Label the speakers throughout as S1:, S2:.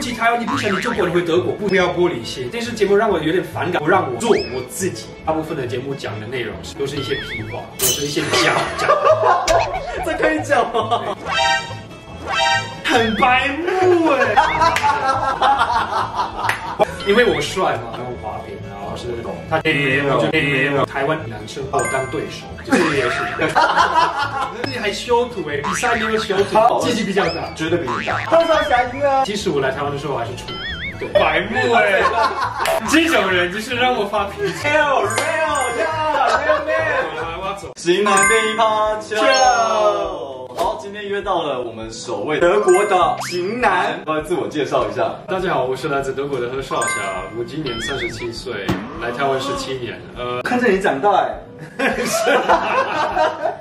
S1: 其他你不想你就滚回德国，不要玻璃心。电视节目让我有点反感，不让我做我自己。大部分的节目讲的内容是都是一些屁话，都是一些假假，
S2: 这可以讲吗？
S1: 很白目哎、 因为我帅嘛，然后滑冰，然后是他没有没有台湾男生把我当对手，就是 也是，你还修图哎，比赛没有修图，自己比较大。
S3: 绝对比你大。
S2: 他上侠赢啊！
S1: 即使我来台湾的时候，我还是处男，对，白目哎、这种人就是让我发脾气。
S2: Real real 呀，real man，
S1: 我要走。
S3: 型男变一趴球。
S2: Ciao
S3: 好，今天约到了我们首位德国的
S2: 型男。
S3: 来自我介绍一下。
S1: 大家好，我是来自德国的何少霞，我今年三十七岁，来台湾十七年。呃，
S2: 看着你长大 哎，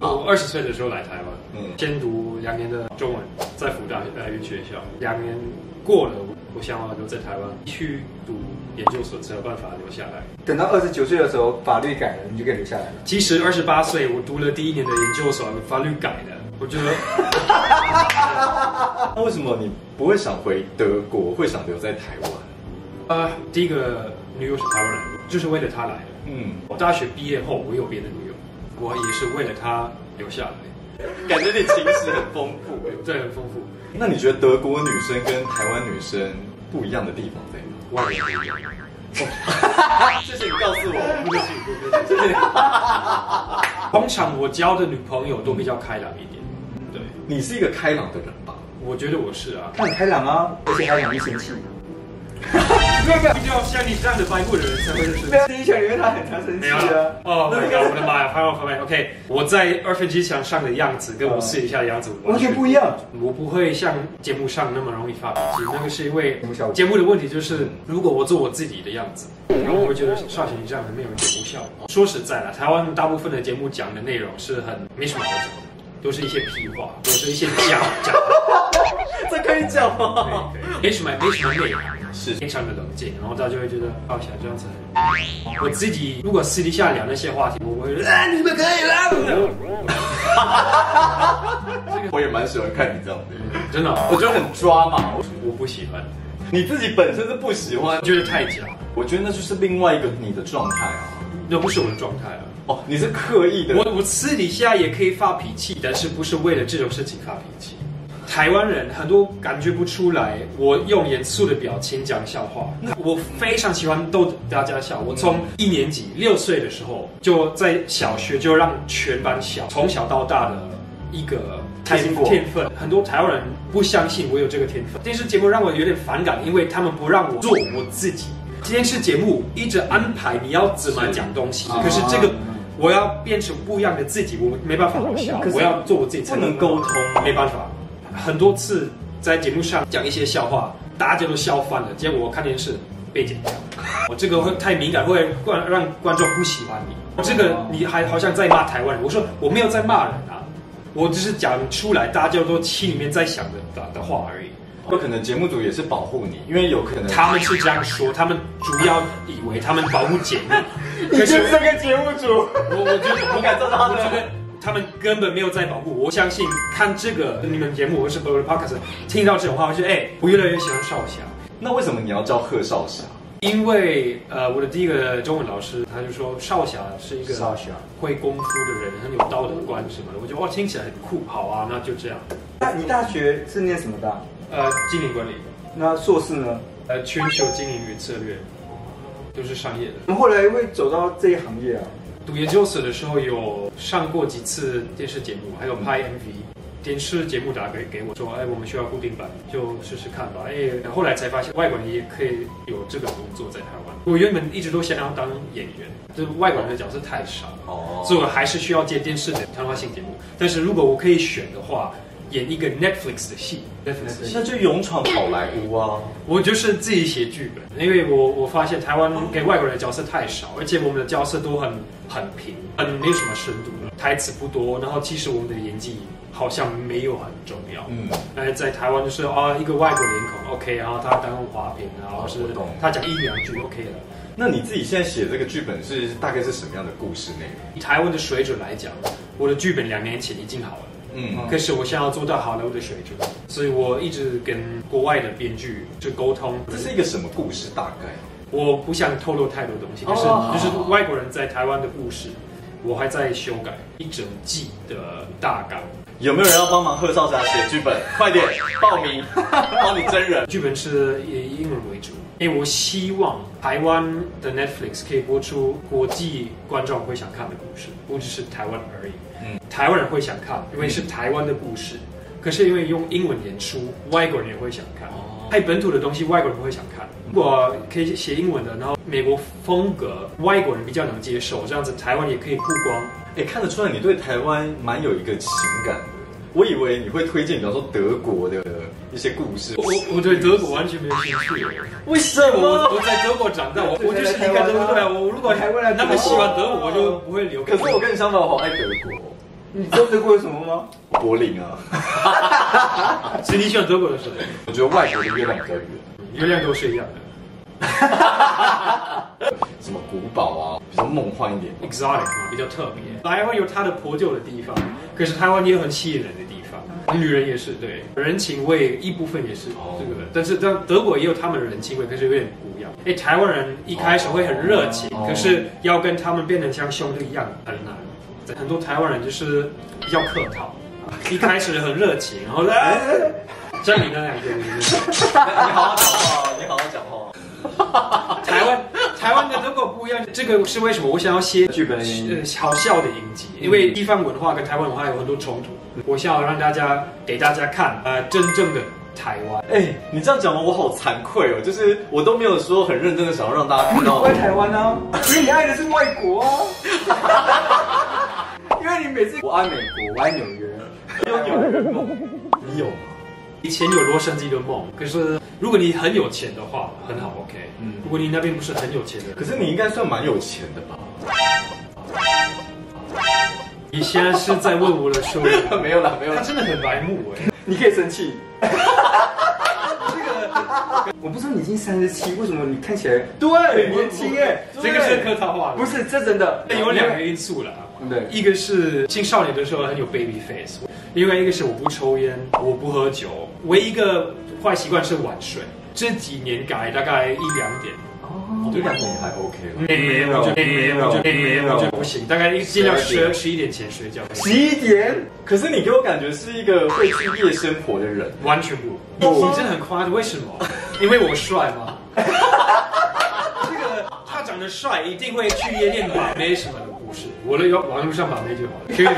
S1: 我哦二十岁的时候来台湾，
S3: 嗯
S1: 先读两年的中文，在福大外语学校，两年过了，我想要留在台湾去读研究所，才有办法留下来。
S2: 等到二十九岁的时候，法律改了，你就可以留下来了。
S1: 其实二十八岁，我读了第一年的研究所，法律改的，我觉得。
S3: 那啊为什么你不会想回德国，会想留在台湾？
S1: 呃， 第一个女友是台湾人，就是为了她来的。
S3: 嗯，
S1: 我大学毕业后，我有别的女友，我也是为了她留下来，
S3: 感觉你情史很丰富欸。
S1: 这很丰富。
S3: 那你觉得德国女生跟台湾女生不一样的地方在哪？
S1: 外国朋友
S2: 啊
S3: 谢谢你告诉我。
S1: 不是不是不是通常我交的女朋友都比较开朗一点，对，
S3: 你是一个开朗的人吧？
S1: 我觉得我是啊，
S2: 看你开朗啊，而且还容易生气。
S1: 没有没有，比较像你这样的白目人才会认识
S2: 没。有啊第一拳，因为他很常生
S1: 没
S2: 气
S1: 有
S2: 啊。
S1: 了哦，我的我的妈呀！拍我拍拍，OK，我在二分之一墙上的样子跟我私底下的样子
S2: 完全不一样。
S1: 我不会像节目上那么容易发脾气，那个是因为
S2: 节目效果
S1: 节目的问题就是，如果我做我自己的样子，然后我会觉得少贤这样很没有节目效果。说实在啦，台湾大部分的节目讲的内容是很没什么好讲的，都是一些屁话，都是一些假假话，
S2: 这可以讲吗？
S1: 没什么没什么内容。
S3: 是
S1: 非常的冷静，然后大家就会觉得少贤这样子很。我自己如果私底下聊那些话题，我会觉得啊，你们可以啦。
S3: 我也蛮喜欢看你这样的，
S1: 真的，
S3: 我觉得很抓嘛。
S1: 我不喜欢，
S3: 你自己本身是不喜欢，
S1: 觉得太假，
S3: 我觉得那就是另外一个你的状态啊。
S1: 那不是我的状态啊。
S3: 哦，你是刻意的。
S1: 我我私底下也可以发脾气，但是不是为了这种事情发脾气。台湾人很多感觉不出来，我用严肃的表情讲笑话。我非常喜欢逗大家笑。我从一年级六岁的时候就在小学就让全班笑，从小到大的一个天
S2: 天赋
S1: 天分。很多台湾人不相信我有这个天分。电视节目让我有点反感，因为他们不让我做我自己。电视节目一直安排你要怎么讲东西，可是这个我要变成不一样的自己，我没 办法好笑
S3: 可，是
S1: 我要做我自己才
S3: 不能沟通
S1: 没办法。很多次在节目上讲一些笑话，大家都笑翻了，结果我看电视被剪掉。我这个会太敏感，会观让观众不喜欢你。这个你还好像在骂台湾人，我说我没有在骂人啊，我只是讲出来大家都心里面在想的的的话而已。
S3: 有可能节目组也是保护你，因为有可能
S1: 他们是这样说，他们主要以为他们保护姐妹，
S2: 你就是这个节目组。
S1: 我我觉得
S2: 我感受到
S1: 我
S2: 了
S1: 觉得他们根本没有在保护。我相信看这个你们节目或是 b l u Podcast 听到这种话，我就哎、我越来越喜欢少侠，
S3: 那为什么你要叫贺少侠？
S1: 因为呃，我的第一个中文老师他就说少侠是 一个
S2: 少侠
S1: 会功夫的人，很有道德观什么的。我觉得哇，哦听起来很酷，好啊，那就这样。
S2: 那你大学是念什么的啊？
S1: 呃，经营管理，
S2: 那硕士呢？
S1: 呃，全球经营与策略，都是商业的。
S2: 你后来会走到这一行业啊？
S1: 读研究所的时候有上过几次电视节目，还有拍 MV。电视节目打给给我说，哎，我们需要固定版，就试试看吧。哎，后来才发现外国人也可以有这个工作在台湾。我原本一直都想要当演员，就是外国人的角色太少了，
S3: 哦
S1: 所以我还是需要接电视的谈话性节目。但是如果我可以选的话，演一个 Netflix 的戏，Netflix 的戏
S3: 那，就勇闯好莱坞啊！
S1: 我就是自己写剧本，因为我我发现台湾给外国人的角色太少，而且我们的角色都很很平，很没有什么深度，台词不多，然后其实我们的演技好像没有很重要。嗯，
S3: 嗯，
S1: 那在台湾就是啊，一个外国脸孔，OK，然后他当滑屏，然后是
S3: 我懂
S1: 他讲一两句 OK 了。
S3: 那你自己现在写这个剧本是大概是什么样的故事内容？
S1: 以台湾的水准来讲，我的剧本两年前已经好了，
S3: 嗯
S1: 可是我想要做到好莱坞的水准，所以我一直跟国外的编剧就沟通。
S3: 这是一个什么故事？大概
S1: 我不想透露太多东西，就是、
S2: 哦
S1: 就是外国人在台湾的故事，我还在修改一整季的大纲。
S4: 有没有人要帮忙贺少侠写剧本？快点报 名，帮你真人。
S1: 剧本是以英文为主，因为我希望台湾的 Netflix 可以播出国际观众会想看的故事，不只是台湾而已。
S3: 嗯
S1: 台湾人会想看，因为是台湾的故事。可是因为用英文演出，外国人也会想看。
S4: 哦
S1: 太本土的东西，外国人不会想看。如果可以写英文的，然后美国风格，外国人比较能接受，这样子台湾也可以曝光。
S3: 哎，看得出来你对台湾蛮有一个情感的。我以为你会推荐，比方说德国的一些故事。
S1: 我我我对德国完全没有兴趣。
S4: 为什
S1: 我我在德国长大，我我就是离开德国对啊，我如果
S2: 台湾来
S1: 那么喜欢德国，我就不会留给
S3: 可
S1: 你。
S3: 是我跟你相反，我好爱德国，
S2: 你知道德国有什么吗？
S3: 柏林啊。
S1: 所以你喜欢德国的什么？
S3: 我觉得外国的月亮比较圆，
S1: 月亮都是一样的
S3: 什么古堡啊，比较梦幻一点。
S1: ，exotic 嘛，比较特别。台湾有它的破旧的地方，可是台湾也有很吸引人的地方。女人也是对，人情味一部分也是
S3: 哦
S1: 这个的，但是但德国也有他们的人情味，可是有点不一样。哎，台湾人一开始会很热情，
S3: 哦
S1: 可是要跟他们变得像兄弟一样很难。很多台湾人就是比较客套，一开始很热情，然后呢，像你那两个，你们
S4: 你好好讲话，你好好讲话。
S1: 台湾台湾跟德国不一样，这个是为什么？我想要写嗯
S2: 剧本的原因
S1: 呃好笑的影集，因为地方文化跟台湾文化有很多冲突，我想要让大家给大家看呃真正的台湾。
S4: 哎、你这样讲完我好惭愧哦，就是我都没有说很认真的想要让大家看到
S2: 我爱台湾啊，因为你爱的是外国啊。因为你每次我爱美国，我爱纽约，
S3: 你有吗？
S1: 以前有洛杉矶的梦，可是如果你很有钱的话，很好，OK。
S3: 嗯
S1: 如果你那边不是很有钱的，
S3: 可是你应该算蛮有钱的吧？
S1: 你现在是在问我的收入，
S3: 没有啦，没有
S1: 他
S3: 啦。
S1: 真的很白目哎、
S2: 你可以生气。这个我不知道你已经三十七，为什么你看起来
S1: 对
S2: 很年轻哎？
S1: 这个是客套话，
S2: 不是这真的
S1: 有两个因素啦，
S2: 对
S1: 一个是青少年的时候很有 baby face，另外一个是我不抽烟，我不喝酒，唯一一个坏习惯是晚睡，这几年改大概一两点。
S3: 哦一两年还 OK 了。
S2: 没有
S1: 我觉得
S2: 没有
S1: 我觉得
S2: 没有
S1: 我觉得不行，大概尽量
S2: 十二
S1: 十
S2: 点
S1: 十一点前睡觉，
S2: 十一点，
S3: 可是你给我感觉是一个会去夜生活的人。
S1: 完全不。你真的很夸张，为什么？ 因为我帅吗？这个他长得帅，一定会去夜店把妹什么的，不是？我的要网络上把妹就好了。这个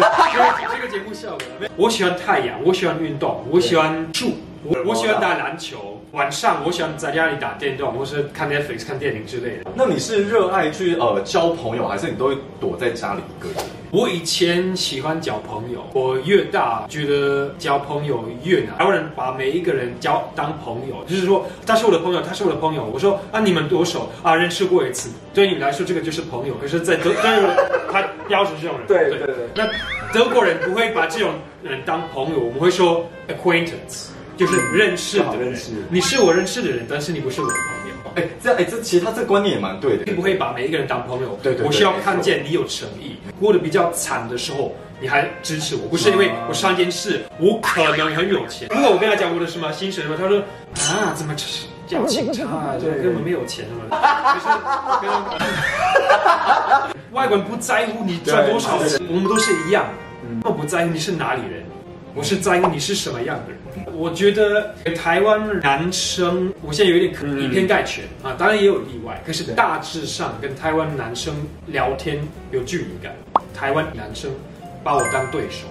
S1: 这个节目效果，我喜欢太阳，我喜欢运动，我喜欢住，我我喜欢打篮球。晚上我喜欢在家里打电动，或是看 Netflix、看电影之类的。
S3: 那你是热爱去呃交朋友，还是你都会躲在家里一个人？
S1: 我以前喜欢交朋友，我越大觉得交朋友越难。台湾人把每一个人交当朋友，就是说他是我的朋友，他是我的朋友。我说啊，你们多熟啊？认识过一次，对你们来说这个就是朋友。可是，在德，但是他标准是这种人，
S2: 对对对
S1: 那德国人不会把这种人当朋友，我们会说 acquaintance，就是认识的
S2: 好
S1: 人。
S2: 认识
S1: 你是我认识的人，但是你不是我的朋友。
S3: 哎、这哎、这其实他这观念也蛮对的。
S1: 并不会把每一个人当朋友。
S3: 对对对
S1: 我需要看见你有诚意。过得比较惨的时候，你还支持我，不是因为
S3: 啊
S1: 我上一件事，我可能很有钱。如果我跟他讲我的什么薪水什么，他说啊，怎么这样请他 啊，就
S2: 对
S1: 根本没有钱什么的。就是跟 外国人不在乎你赚多少
S3: 对
S1: 钱
S3: 对，对
S1: 我们都是一样
S2: 嗯，
S1: 他们不在乎你是哪里人。我是在乎你是什么样的人。我觉得台湾男生，我现在有一点可以偏概全啊，当然也有例外，可是大致上跟台湾男生聊天有距离感。台湾男生把我当对手，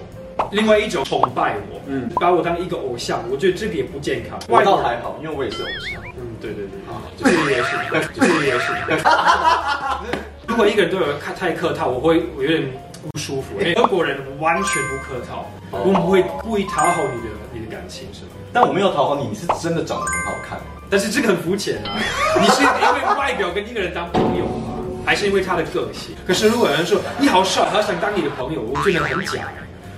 S1: 另外一种崇拜我，嗯
S2: 嗯，
S1: 把我当一个偶像，我觉得这个也不健康。
S3: 我倒
S1: 人
S3: 还好，因为我也是偶像。
S1: 嗯，对对对，啊，这个也是，这个也是。 如果一个人对我太太客套，我会我有点不舒 服。因为德国人完全不客套，我们会故意讨好你的你的感情什么的。
S3: 但我没有讨好你，你是真的长得很好看。
S1: 但是这个很肤浅 啊，你是因为外表跟一个人当朋友吗？还是因为他的个性？可是如果有人说你好帅，好想当你的朋友，我觉得很假。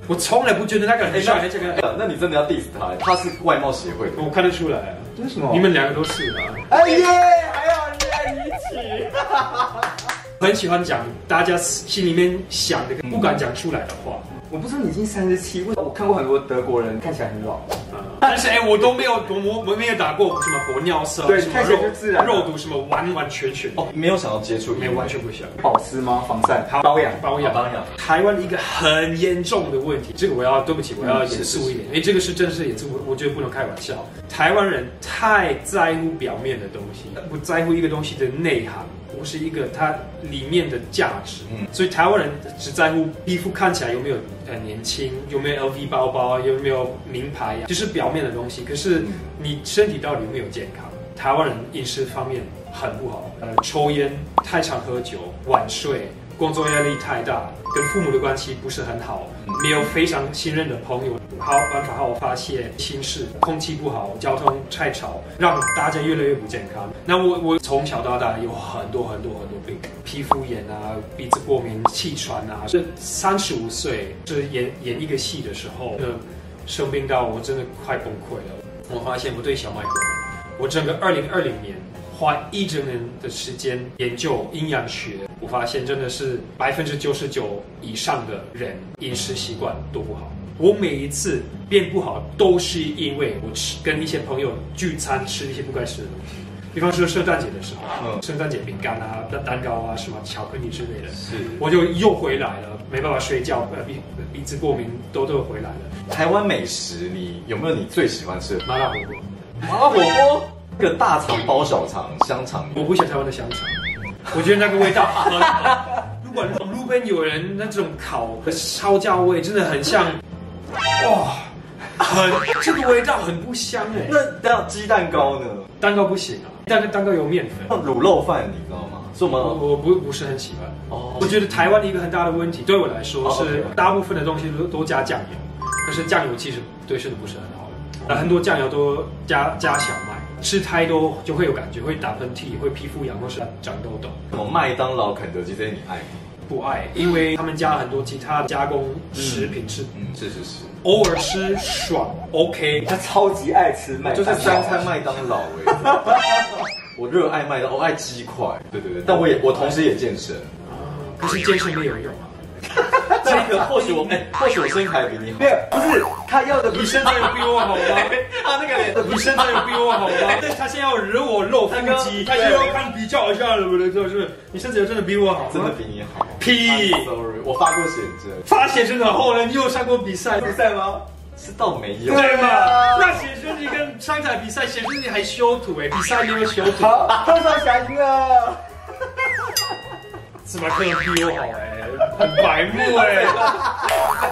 S1: 我从来不觉得那个人很帅，这个
S3: 那你真的要 diss 他、他是外貌协会的。
S1: 我看得出来啊。
S2: 为什么
S1: 你们两个都是啊。
S2: 哎耶，还好你爱你一起。
S1: 很喜欢讲大家心里面想的、不敢讲出来的话。
S2: 我不知道你已经三十七，为我看过很多德国人看起来很老，
S1: 嗯但是哎、我都没有，我我没有打过什么活尿色，
S2: 对
S1: 什么
S2: 看起来就自然
S1: 肉肉毒什么，完完全全
S3: 哦，没有想要接触，
S1: 没有完全不像。
S2: 保湿吗？防晒、
S1: 好
S2: 保养。
S1: 保养，
S4: 保养。
S1: 台湾的一个很严重的问题，这个我要对不起，我要
S3: 嗯是
S1: 严肃一点，因为哎这个是真是严肃，我我觉得不能开玩笑。台湾人太在乎表面的东西，
S3: 嗯
S1: 不在乎一个东西的内涵，不是一个它里面的价值。
S3: 嗯
S1: 所以台湾人只在乎皮肤看起来有没有呃年轻，有没有 LV 包包，有没有名牌呀、就是表面的东西。可是
S3: 嗯
S1: 你身体到底有没有健康？台湾人饮食方面很不好，呃，抽烟、太常喝酒、晚睡、工作压力太大，跟父母的关系不是很好，没有非常信任的朋友，好办法好好发泄心事，空气不好，交通太吵，让大家越来越不健康。那我我从小到大有很多很多很多病，皮肤炎啊、鼻子过敏、气喘啊，这三十五岁就是演演一个戏的时候，呃，生病到我真的快崩溃了。我发现我对小麦过敏。我整个二零二零年花一整年的时间研究营养学，我发现真的是百分之九十九以上的人饮食习惯都不好。我每一次变不好，都是因为我吃跟一些朋友聚餐吃一些不该吃的东西，比方说圣诞节的时候，
S3: 嗯
S1: 圣诞节饼干啊、蛋蛋糕啊、什么巧克力之类的，
S3: 是。
S1: 我就又回来了，没办法睡觉，呃鼻鼻子过敏都都回来了。
S3: 台湾美食，你有没有你最喜欢吃的？
S1: 麻辣火锅，
S3: 麻辣火锅，这个大肠包小肠、香肠，
S1: 我不喜欢台湾的香肠，我觉得那个味道很恶。如果路边有人那种烤和烧焦味，真的很像，哇，很这个味道很不香哎。
S3: 那那鸡蛋糕呢？
S1: 蛋糕不行啊，蛋蛋糕有面粉，
S3: 那卤肉饭你知道吗？是我
S1: 我
S3: 们
S1: 我不不是很喜欢。
S3: 哦
S1: 我觉得台湾的一个很大的问题，对我来说
S3: 哦
S1: 是
S3: OK
S1: 大部分的东西都都加酱油，可是酱油其实对身体不是很好的，那很多酱油都加加小麦，吃太多就会有感觉，会打喷嚏，会皮肤痒或是长痘痘。
S3: 什么麦当劳、肯德基这些你爱吗？
S1: 不爱，因为他们加很多其他的加工食品是
S3: 嗯，是是是，
S1: 偶尔吃爽，OK，
S2: 他超级爱吃麦
S3: 就
S2: 当劳，
S3: 是三餐哦麦当劳哎。 我热爱麦当，我爱鸡块，对对对，但我也我同时也健身，
S1: 可是健身没有用啊。
S4: 这个或许我哎，
S3: 或许我身材比你好
S2: 没，有，不是他要的不
S1: 你
S2: 是
S1: 身材有比我啊 好吗？
S3: 啊
S4: 他那个脸，
S1: 你身材有比我啊好吗？他现在要惹我露腹肌，他现在要看比较一下了，就是你身材真的比我好吗？
S3: 真的比你好。
S1: 屁！
S3: I'm Sorry，我发过写真，
S1: 发写真的后呢？你有上过比赛？
S3: 啊
S2: 比赛吗？
S3: 是倒没有。
S1: 对嘛
S2: 啊？
S1: 那写真你跟上台比赛，写真你还修图哎、比赛你有修图，
S2: 好，贺少侠赢了。
S1: 怎么可能比我好哎、很白目 哎、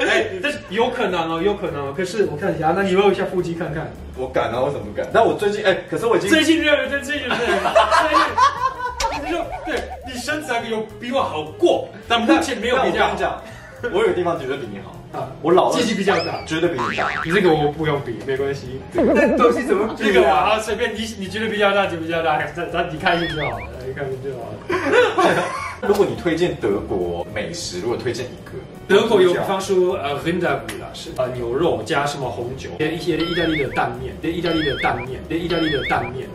S1: 哎，但是有可能哦，有可能哦。可是我看一下，那你露一下腹肌看看。
S3: 我敢啊，为什么不敢？但我最近哎，可是我已经
S1: 最近热， 最近热，最近。你说对，你身材有比我好过，但目前没有比较
S3: 但我跟你讲，我有个地方觉得比你好，
S1: 啊。
S3: 我老二
S1: 积极比较大，
S3: 觉得比你大。
S1: 你这个我不用比，没关系。
S2: 那东西怎么
S1: 这
S2: 比
S1: 个我
S2: 啊？
S1: 啊随便，你你觉得比较大就比较大，咱咱你开心就好了，你开心就好了。
S3: 如果你推荐德国美食，如果推荐一个，
S1: 德国有，比方说呃 r i n d e r g u l a 是呃牛肉加什么红酒，一些意大利的蛋面，对意大利的蛋面，对意大利的蛋面，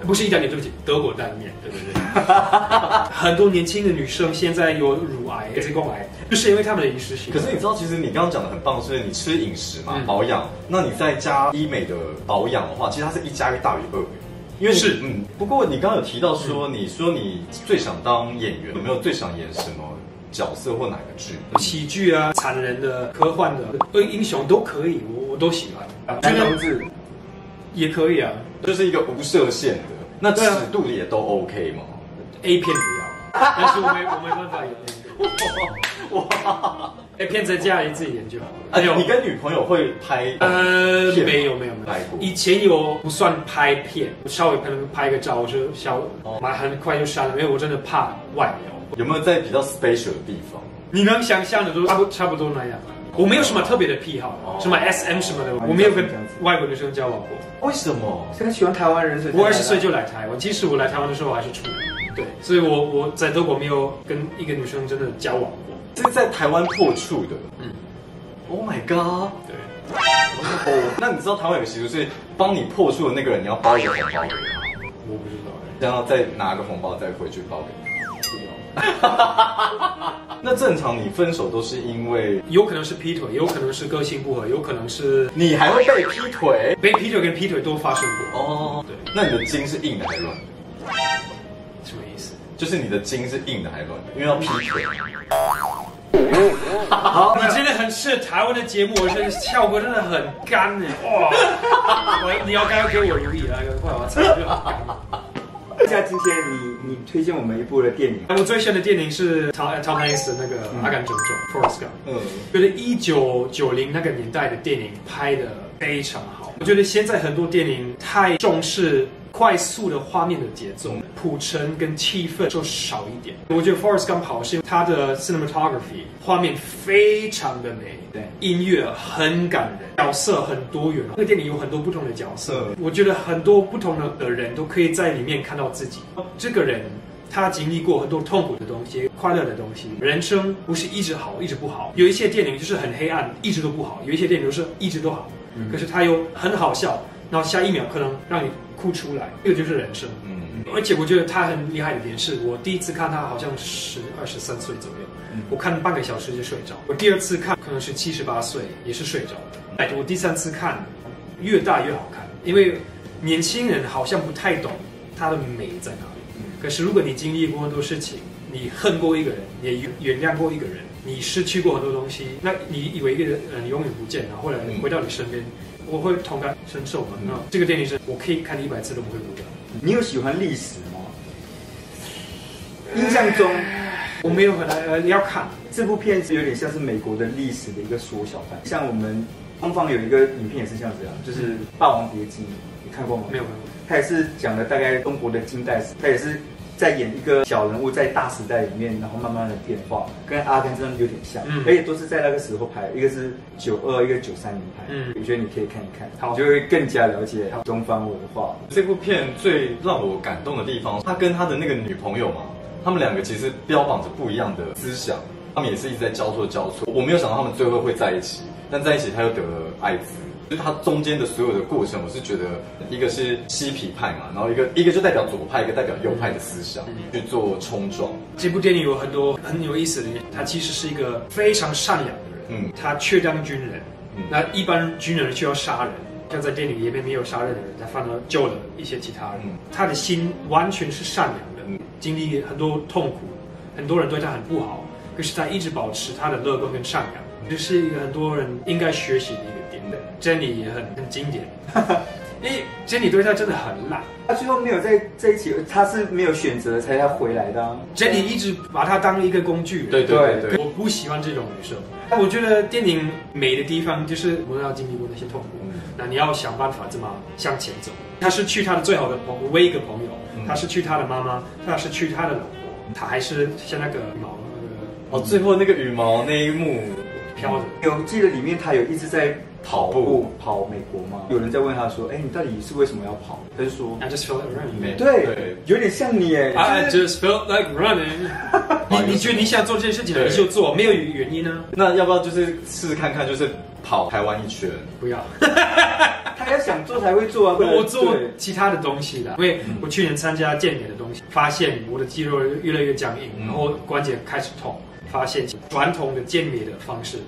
S1: 不是意大利，对不起，德国蛋面，对不对？ 很多年轻的女生现在有乳癌、子宫癌，就是因为她们的饮食习
S3: 可
S1: 惯。
S3: 是你知道，其实你刚刚讲的很棒，是你吃饮食嘛，
S1: 嗯
S3: 保养，那你再加医美的保养的话，其实它是一加一大于二。因为你
S1: 是
S3: 嗯，不过你刚刚有提到说，你说你最想当演员，有没有最想演什么角色或哪个剧？
S1: 喜剧啊、残忍的、科幻的、英雄都可以，我我都喜欢。啊，
S2: 男
S1: 觉
S2: 同
S1: 得
S2: 志，
S1: 也可以啊
S3: 就是一个无设限的，那尺
S1: 对啊
S3: 度也都 OK 吗？
S1: ，A 片不要，但是我没我没办法演 A 片。A 片在家里自己研究。
S3: 哎呦，你跟女朋友会拍？
S1: 呃，
S3: 片吗
S1: 没有没有没
S3: 拍过
S1: 有，以前有不算拍片，稍微可能拍个照，我就小，蛮很快就删了，因为我真的怕外流。
S3: 有没有在比较 special 的地方？
S1: 你能想象的都差不差不多那样。我没有什么特别的癖好
S3: 哦，
S1: 什么 SM 什么的，
S2: 哦
S1: 我没有跟
S2: 这样子
S1: 外国女生交往过。
S3: 为什么？
S2: 所以他喜欢台湾人，所以
S1: 我二十岁就来台湾，即使我来台湾的时候，我还是处女。对，所以我我在德国没有跟一个女生真的交往过。
S3: 这是在台湾破处的。
S1: 嗯，
S3: Oh my god！
S1: 对，
S3: 哦，那你知道台湾有个习俗是帮你破处的那个人，你要包一个红包给他，
S1: 我不知道哎。
S3: 然后再拿个红包再回去包给他。
S1: 不知道
S3: 那正常你分手都是因为
S1: 有可能是劈腿，有可能是个性不合，有可能是
S3: 你还会被劈腿
S1: 被劈腿跟劈腿都发生过。
S3: 哦。对，那你的筋是硬的还是软的？
S1: 什么意思？
S3: 就是你的筋是硬的还是软的？因为要劈腿。
S1: 你真的很适合台湾的节目，我觉得效果真的很干哎，哇！我你要该给我如意了，啊快我踩就很干了。
S2: 像今天你你推荐我们一部的电影，
S1: 我最喜欢的电影是呃 Tom Tom Hanks 的那个《阿甘正传》（Forrest Gump）。
S3: 嗯，
S1: 觉得一九九零那个年代的电影拍的非常好。我觉得现在很多电影太重视快速的画面的节奏，铺陈跟气氛就少一点。我觉得《Forrest Gump》好是因为它的 cinematography 画面非常的美，
S2: 对
S1: 音乐很感人，角色很多元。那个电影有很多不同的角色
S3: 嗯，
S1: 我觉得很多不同的的人都可以在里面看到自己。这个人他经历过很多痛苦的东西，快乐的东西。人生不是一直好，一直不好。有一些电影就是很黑暗，一直都不好；有一些电影就是一直都好，可是它又很好笑，然后下一秒可能让你哭出来。这个就是人生。
S3: 嗯，
S1: 而且我觉得他很厉害的点是，我第一次看他好像十二十三岁左右，我看半个小时就睡着。我第二次看可能是七十八岁，也是睡着的。哎，我第三次看越大越好看，因为年轻人好像不太懂它的美在哪里。可是如果你经历过很多事情，你恨过一个人，也原谅过一个人，你失去过很多东西，那你以为一个人永远不见了，然后后来
S3: 嗯
S1: 回到你身边，我会同感身受嘛？那这个电影是我可以看一百次都不会无聊。
S2: 你有喜欢历史吗？印象中，
S1: 我没有很爱呃要看，
S2: 这部片子有点像是美国的历史的一个缩小版，像我们东方有一个影片也是像这样，啊就是《霸王别姬》，你看过吗？
S1: 嗯没有看过。
S2: 他也是讲了大概中国的近代史，他也是在演一个小人物在大时代里面，然后慢慢的变化，跟阿甘真的有点像，
S1: 嗯
S2: 而且都是在那个时候拍，一个是九二，一个九三年拍，
S1: 嗯
S2: 我觉得你可以看一看，好，就会更加了解东方文化。
S3: 这部片最让我感动的地方，他跟他的那个女朋友嘛，他们两个其实标榜着不一样的思想，他们也是一直在交错交错。我没有想到他们最后会在一起，但在一起他又得了艾滋。就是他中间的所有的过程，我是觉得一个是嬉皮派嘛，然后一个一个就代表左派，一个代表右派的思想去做冲撞。
S1: 这部电影有很多很有意思的点，他其实是一个非常善良的人，
S3: 嗯
S1: 他却当军人，
S3: 嗯
S1: 那一般军人需要杀人，像在电影里面没有杀人的人，他反而救了一些其他人，
S3: 嗯
S1: 他的心完全是善良的，
S3: 嗯
S1: 经历很多痛苦，很多人对他很不好，可是他一直保持他的乐观跟善良，这、是一个很多人应该学习的一个点。
S3: 嗯
S1: Jenny 也很很经典， 因为 Jenny 对他真的很烂。
S2: 他最后没有在在一起，他是没有选择才要回来的、啊。
S1: Jenny 一直把她当一个工具人，
S3: 对对对对，
S1: 我不喜欢这种女生。但我觉得电影美的地方就是我们要经历过那些痛苦，
S3: 嗯
S1: 那你要想办法怎么向前走。他是去他的最好的朋唯一一个朋友
S3: 嗯，
S1: 他是去他的妈妈，他是去他的老婆，他还是像那个毛那
S3: 哦，最后那个羽毛那一幕
S1: 个呃飘着。
S2: 有记得里面他有一直在
S3: 跑步
S2: 不跑美国吗？有人在问他说：“哎，你到底是为什么要跑？”他就说
S1: I just felt like：“
S3: 没
S1: running.
S2: 对
S3: 对，
S2: 有点像你耶。
S1: I
S2: 就是
S1: just felt like running. 你你觉得你想做这件事情，
S3: 对
S1: 你就做，没有原因啊呢？
S3: 那要不要就是试试看看，就是跑台湾一圈？
S1: 不要。
S2: 他要想做才会做啊。不然
S1: 我做
S2: 对嗯
S1: 其他的东西的，因为我去年参加健美的东西，发现我的肌肉越来越僵硬，
S3: 嗯
S1: 然后关节开始痛，发现传统的健美的方式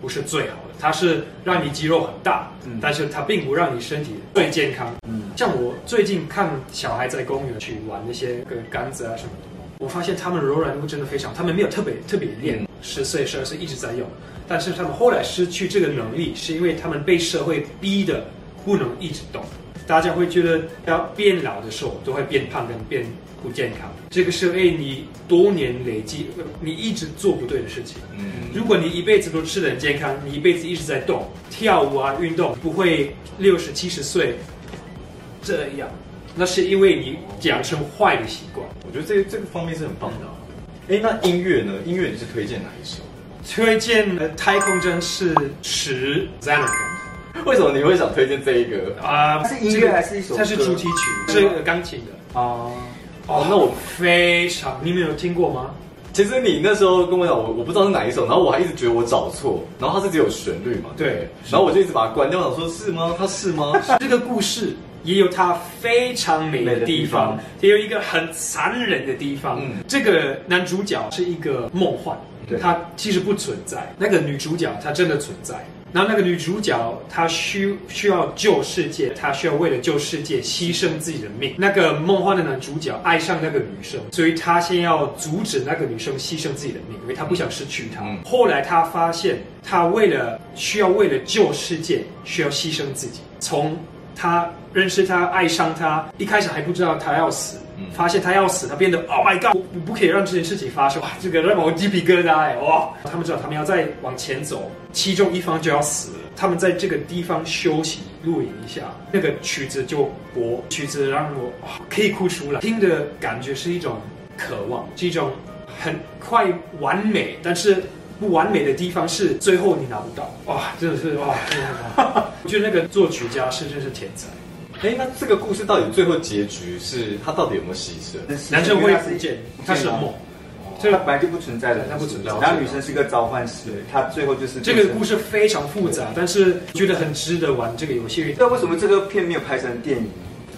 S1: 不是最好的，它是让你肌肉很大，
S2: 嗯
S1: 但是它并不让你身体最健康。
S2: 嗯
S1: 像我最近看小孩在公园去玩那些个杆子啊什么的，我发现他们柔软度真的非常，他们没有特别特别练
S3: 嗯，
S1: 十岁十二岁一直在用，但是他们后来失去这个能力，是因为他们被社会逼的不能一直动。大家会觉得要变老的时候都会变胖跟变不健康，这个是因为你多年累积，呃你一直做不对的事情。
S3: 嗯，
S1: 如果你一辈子都吃的很健康，你一辈子一直在动跳舞啊运动，不会六十七十岁这样，那是因为你养成坏的习惯。
S3: 我觉得这这个方面是很棒的、啊。哎，那音乐呢？音乐你是推荐哪一首？
S1: 推荐的太空针是十 z a n a k
S3: 为什么你会想推荐这一个？
S1: 啊，
S2: 它是音乐
S1: 这个
S2: 还是一首歌
S1: 它是主题曲，是钢琴的。
S2: 啊，
S3: 哦，那我
S1: 非常，你们有听过吗？
S3: 其实你那时候跟我讲，我我不知道是哪一首，然后我还一直觉得我找错，然后它是只有旋律嘛，
S1: 对
S3: 不然后我就一直把它关掉，我想说是吗？它是吗？
S1: 这个故事也有它非常美的地
S2: 美
S1: 方
S2: 的地方，
S1: 也有一个很残忍的地方。
S3: 嗯
S1: 这个男主角是一个梦幻，
S2: 对
S1: 他其实不存在。那个女主角她真的存在。然后那个女主角她需需要救世界，她需要为了救世界牺牲自己的命。那个梦幻的男主角爱上那个女生，所以他先要阻止那个女生牺牲自己的命，因为他不想失去她。
S3: 嗯
S1: 后来他发现，他为了需要为了救世界，需要牺牲自己。从他认识他、爱上他，一开始还不知道他要死，
S3: 嗯
S1: 发现他要死，他变得 Oh my God，我我不可以让这件事情发生，哇，这个让我鸡皮疙瘩哎，哇！他们知道他们要再往前走，其中一方就要死了，他们在这个地方休息录影一下，那个曲子就播，曲子让我、哇可以哭出来，听的感觉是一种渴望，是一种很快完美，但是不完美的地方是最后你拿不到，哇，真的 是哇，真的是哇我觉得那个作曲家是真是天才。
S3: 哎，那这个故事到底最后结局是他到底有没有牺牲？
S1: 男生会不
S2: 不
S1: 见
S2: 见，，
S1: 他是梦。
S2: 所以它本来就不存在的，
S1: 它不存在
S2: 然后女生是个召唤师，她最后就是
S1: 这个故。事非常复杂，但是觉得很值得玩这个游戏。
S2: 那为什么这个片没有拍成电影？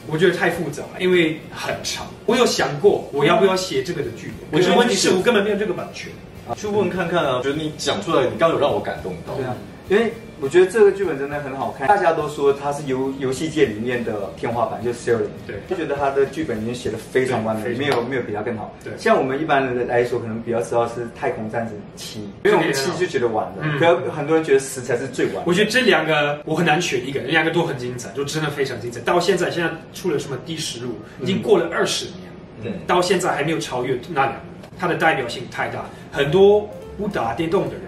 S1: 我觉得太复杂，因为很长。我有想过我要不要写这个的剧本，可
S3: 我觉
S1: 是
S3: 得
S1: 问题是
S3: 就是
S1: 我根本没有这个版权。
S3: 去问看看啊，觉得你讲出来，你刚刚有让我感动到。
S2: 对啊，因为我觉得这个剧本真的很好看，大家都说它是游游戏界里面的天花板，就是 s e r i
S1: 对
S2: 就觉得他的剧本已经写的非常完美，
S1: 对非
S2: 没有没有比他更好。
S1: 对
S2: 像我们一般人来说，可能比较知道是《太空战士七》，因为我们七就觉得晚了，
S1: 嗯
S2: 可是很多人觉得十才是最晚的。
S1: 我觉得这两个我很难选一个，两个都很精彩，就真的非常精彩。到现在现在出了什么第十五，已经过了二十年，
S3: 嗯
S1: 到现在还没有超越那两个，它的代表性太大。很多不打电动的人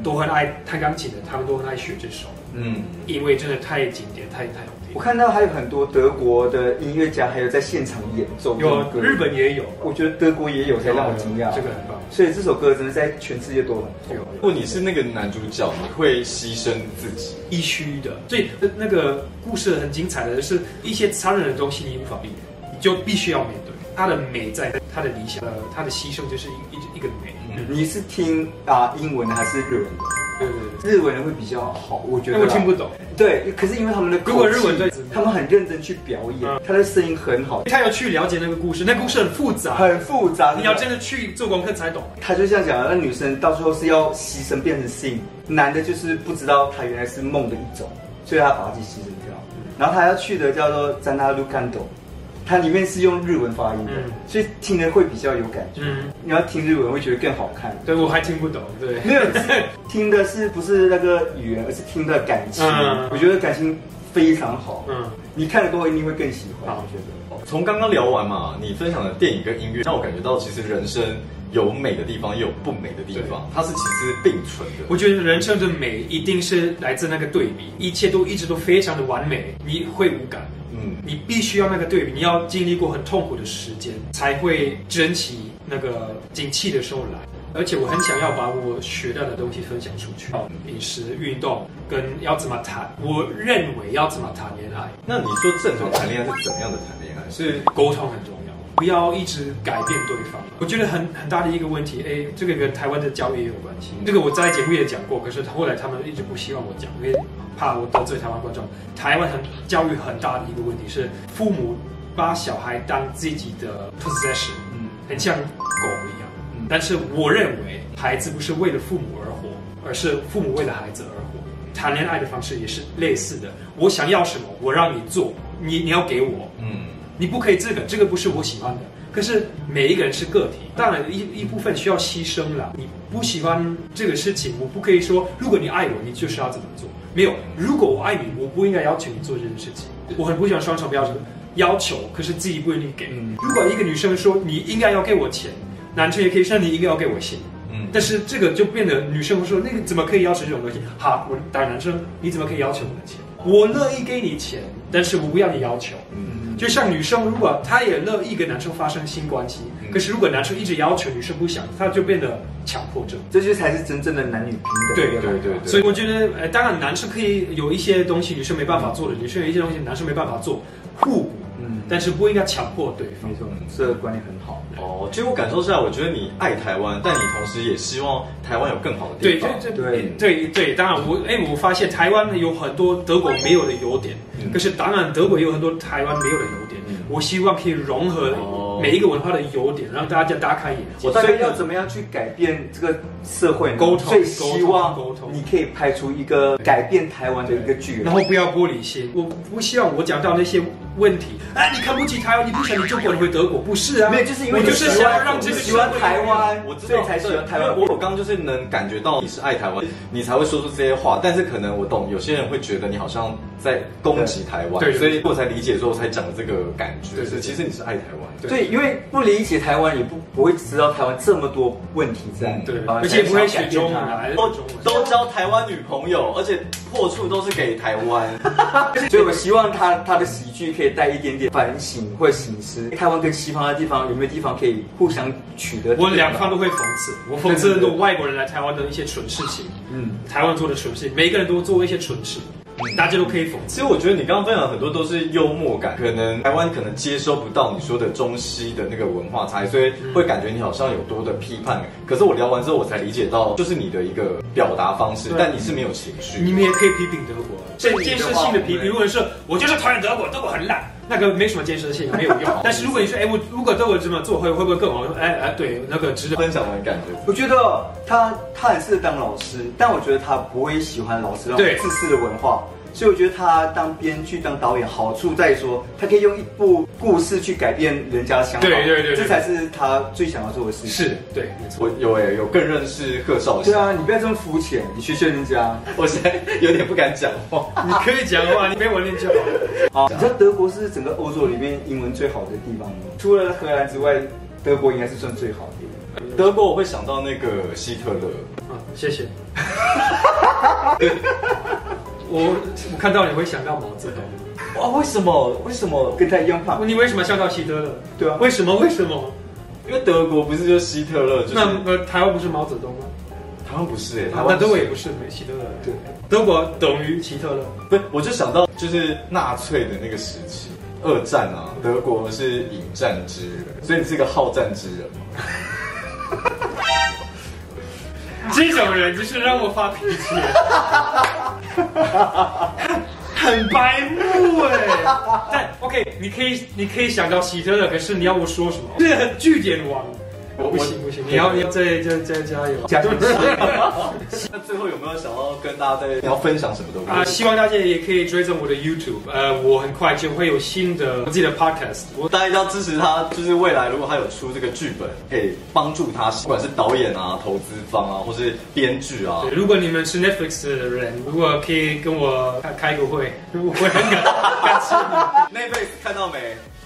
S1: 都很爱弹钢琴的，他们都很爱学这首。
S3: 嗯，
S1: 因为真的太经典，太太好
S2: 我
S1: 听。
S2: 看到还有很多德国的音乐家，还有在现场演奏这种
S1: 有
S2: 歌
S1: 日本也有，
S2: 我觉得德国也有，才让我惊讶。
S1: 这个很棒。
S2: 所以这首歌真的在全世界都很红。
S1: 有
S3: 如果你是那个男主角，你会牺牲自己。
S1: 必须的，所以呃那个故事很精彩的是一些残忍的东西你无法避免，你就必须要面对。它的美在它的理想，呃，它的牺牲就是一一一个美。
S3: 嗯
S2: 你是听啊、英文的还是日文的？
S1: 对对对
S2: 日文的会比较好，我觉
S1: 对，因为
S2: 得啦。
S1: 哎我听不懂。
S2: 对，可是因为他们的口气
S1: 如果日文对
S2: 他们很认真去表演，
S1: 嗯
S2: 他的声音很好，
S1: 他要去了解那个故事，那故事很复杂，
S2: 很复杂。
S1: 你要真的去做功课才懂。
S2: 他就像讲的，那女生到最后是要牺牲变成性，男的就是不知道他原来是梦的一种，所以他把自己牺牲掉。
S1: 嗯
S2: 然后他要去的叫做 Zana Lucando，它里面是用日文发音的，
S1: 嗯
S2: 所以听的会比较有感觉。
S1: 嗯，
S2: 你要听日文会觉得更好看。
S1: 对我还听不懂，对。
S2: 没有是听的是不是那个语言，而是听的感情。
S1: 嗯
S2: 我觉得感情非常好，
S1: 嗯，
S2: 你看了过后一定会更喜欢。
S1: 好
S2: 我觉得哦
S3: 从刚刚聊完嘛，你分享的电影跟音乐，让我感觉到其实人生有美的地方，也有不美的地方，它是其实并存的。
S1: 我觉得人生的美一定是来自那个对比，一切都一直都非常的完美，你会无感。
S3: 嗯，
S1: 你必须要那个对比，你要经历过很痛苦的时间，才会珍惜那个景气的时候来。而且我很想要把我学到的东西分享出去，哦饮食、运动跟要怎么谈，我认为要怎么谈恋爱，
S3: 那你说正常谈恋爱是怎么样的谈恋爱？是
S1: 沟通很重要，不要一直改变对方。我觉得很很大的一个问题，哎，这个跟台湾的教育也有关系。这个我在节目也讲过，可是后来他们一直不希望我讲，因为怕我得罪台湾观众。台湾很教育很大的一个问题是，父母把小孩当自己的 possession，
S2: 嗯
S1: 很像狗一样
S2: 嗯。
S1: 但是我认为，孩子不是为了父母而活，而是父母为了孩子而活。谈恋爱的方式也是类似的，我想要什么，我让你做，你你要给我，
S3: 嗯，
S1: 你不可以这个，这个不是我喜欢的。可是每一个人是个体，当然一一部分需要牺牲了。你不喜欢这个事情，我不可以说，如果你爱我，你就是要怎么做。没有，如果我爱你，我不应该要求你做这件事情。我很不喜欢双重标准，要求可是自己不一定给。
S2: 嗯
S1: 如果一个女生说你应该要给我钱，男生也可以说你应该要给我钱。
S3: 嗯
S1: 但是这个就变得女生会说，那个怎么可以要求这种东西？哈，我打男生，你怎么可以要求我的钱？我乐意给你钱，但是我不要你要求。
S3: 嗯
S1: 就像女生，如果她也乐意跟男生发生性关系，
S3: 嗯
S1: 可是如果男生一直要求女生不想，她就变得强迫症。
S2: 这就才是真正的男女平等。
S1: 对
S3: 对对对，
S1: 所以我觉得，呃，当然男生可以有一些东西女生没办法做的，女生有一些东西男生没办法做，互补。
S2: 嗯，
S1: 但是不应该强迫对方
S2: 没。错，这个观念很好。
S3: 哦，就我感受下来，我觉得你爱台湾，但你同时也希望台湾有更好的
S1: 对
S3: 地
S1: 对
S3: 方。
S1: 对
S2: 对
S1: 对对，当然我哎，我发现台湾有很多德国没有的优点，
S3: 嗯
S1: 可是当然德国也有很多台湾没有的优点。
S3: 嗯
S1: 我希望可以融合
S3: 哦
S1: 每一个文化的优点，让大家大开眼界。
S2: 我大概要怎么样去改变这个社会呢
S1: 沟通
S2: 最希望
S1: 沟通
S2: 你可以排除一个改变台湾的一个巨人
S1: 然。后不要玻璃心，我不希望我讲到那些问题。哎，你看不起台湾，你不想你就滚回德国，不是啊？
S2: 没有，就是因为
S1: 我就是想要让这个
S2: 你喜欢台湾，
S3: 我知
S2: 所
S3: 道
S2: 以才喜欢台
S3: 对
S2: 湾。
S3: 因为我我刚刚就是能感觉到你是爱台湾，你才会说出这些话。但是可能我懂，有些人会觉得你好像在攻击台湾，
S1: 对对
S3: 所以我才理解之后才讲这个感觉。
S1: 对对
S3: 是
S1: 对
S3: 其实你是爱台湾。
S1: 对
S2: 对，因为不理解台湾，也不不会知道台湾这么多问题在，
S1: 对，
S2: 啊
S1: 而且不会学
S2: 才想改变
S1: 中文
S2: 它哦
S1: 啊，
S4: 都
S1: 中文
S4: 都交台湾女朋友，而且破处都是给台湾。
S2: 所以我希望他他的喜剧可以带一点点反省或醒思，台湾跟西方的地方有没有地方可以互相取得？
S1: 我两方都会讽刺，我讽刺很多外国人来台湾的一些蠢事情，
S2: 嗯，
S1: 台湾做的蠢事，每个人都做一些蠢事，大家都可以讽刺。
S3: 其实我觉得你刚刚分享很多都是幽默感，可能台湾可能接收不到你说的中西的那个文化差异，所以会感觉你好像有多的批判。可是我聊完之后，我才理解到，就是你的一个表达方式
S1: 对，
S3: 但你是没有情绪。
S1: 你们也可以批评德国，这建设性的批评。如果说我就是讨厌德国，德国很烂，那个没什么建设性，没有用。 但是如果你说，哎，我如果德国这么做会会不会更好？哎哎，对，那个值得。
S3: 分享完感觉，
S2: 我觉得他他很适合当老师，但我觉得他不会喜欢老师那种
S1: 对
S2: 自私的文化。所以我觉得他当编剧、当导演，好处在于说，他可以用一部故事去改变人家的想法。
S1: 对对对对
S2: 这才是他最想要做的事情。
S1: 是对，没错。
S3: 我有诶、有更认识贺少
S2: 对
S3: 贤，
S2: 啊，你不要这么肤浅，你学学人家。
S3: 我现在有点不敢讲话。
S1: 你可以讲话，你别玩念就好。
S2: 啊，你知道德国是整个欧洲里面英文最好的地方吗？除了荷兰之外，德国应该是算最好的。
S3: 德国我会想到那个希特勒，
S1: 嗯，谢 谢。 我我看到你会想到毛泽东，
S3: 哇，为什么？为什么？
S2: 跟他一样胖，
S1: 你为什么想到希特勒？
S2: 对啊
S1: 为什么？为什么？
S3: 因为德国不是就希特勒，就是
S1: 那呃，台湾不是毛泽东吗？
S3: 台湾不是欸诶、台
S1: 那
S3: 湾
S1: 德国也不是没希特勒，
S2: 对，
S1: 德国等于希特勒，
S3: 不是，我就想到就是纳粹的那个时期，二战啊，德国是引战之人，所以你是个好战之人嘛。
S1: 这种人就是让我发脾气， 很白目哎。但 OK，你可以你可以想到希特勒，可是你要我说 什么？这很据点王，
S3: 我
S1: 不行不行，你要你要再再再加油
S2: 加油！
S3: 那最后有没有想要跟大家在你要分享什么都可
S1: 啊、
S3: 以？
S1: 希望大家也可以追踪我的 YouTube，呃，我很快就会有新的我自己的 Podcast。
S3: 我大家一定要支持他，就是未来如果他有出这个剧本，可以帮助他，不管是导演啊、投资方啊，或是编剧啊
S1: 对，，如果你们是 Netflix 的人，如果可以跟我开开个会，我会很感感谢你。
S3: 那辈子看到没？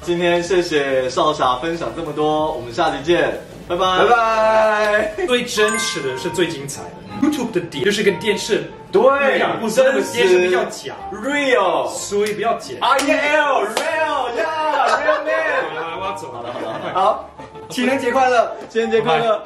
S3: 今天谢谢少侠分享这么多，我们下期见，拜拜
S2: 拜。拜。
S1: 最真实的是最精彩的。YouTube 的底就是跟电视
S3: 对
S1: 两不真的电视比较假，
S3: Real
S1: 所以不要剪。
S3: R E L Real Yeah Real Man。
S1: 好了，我要走了。
S2: 好，情人节快乐！
S3: 情人节快乐！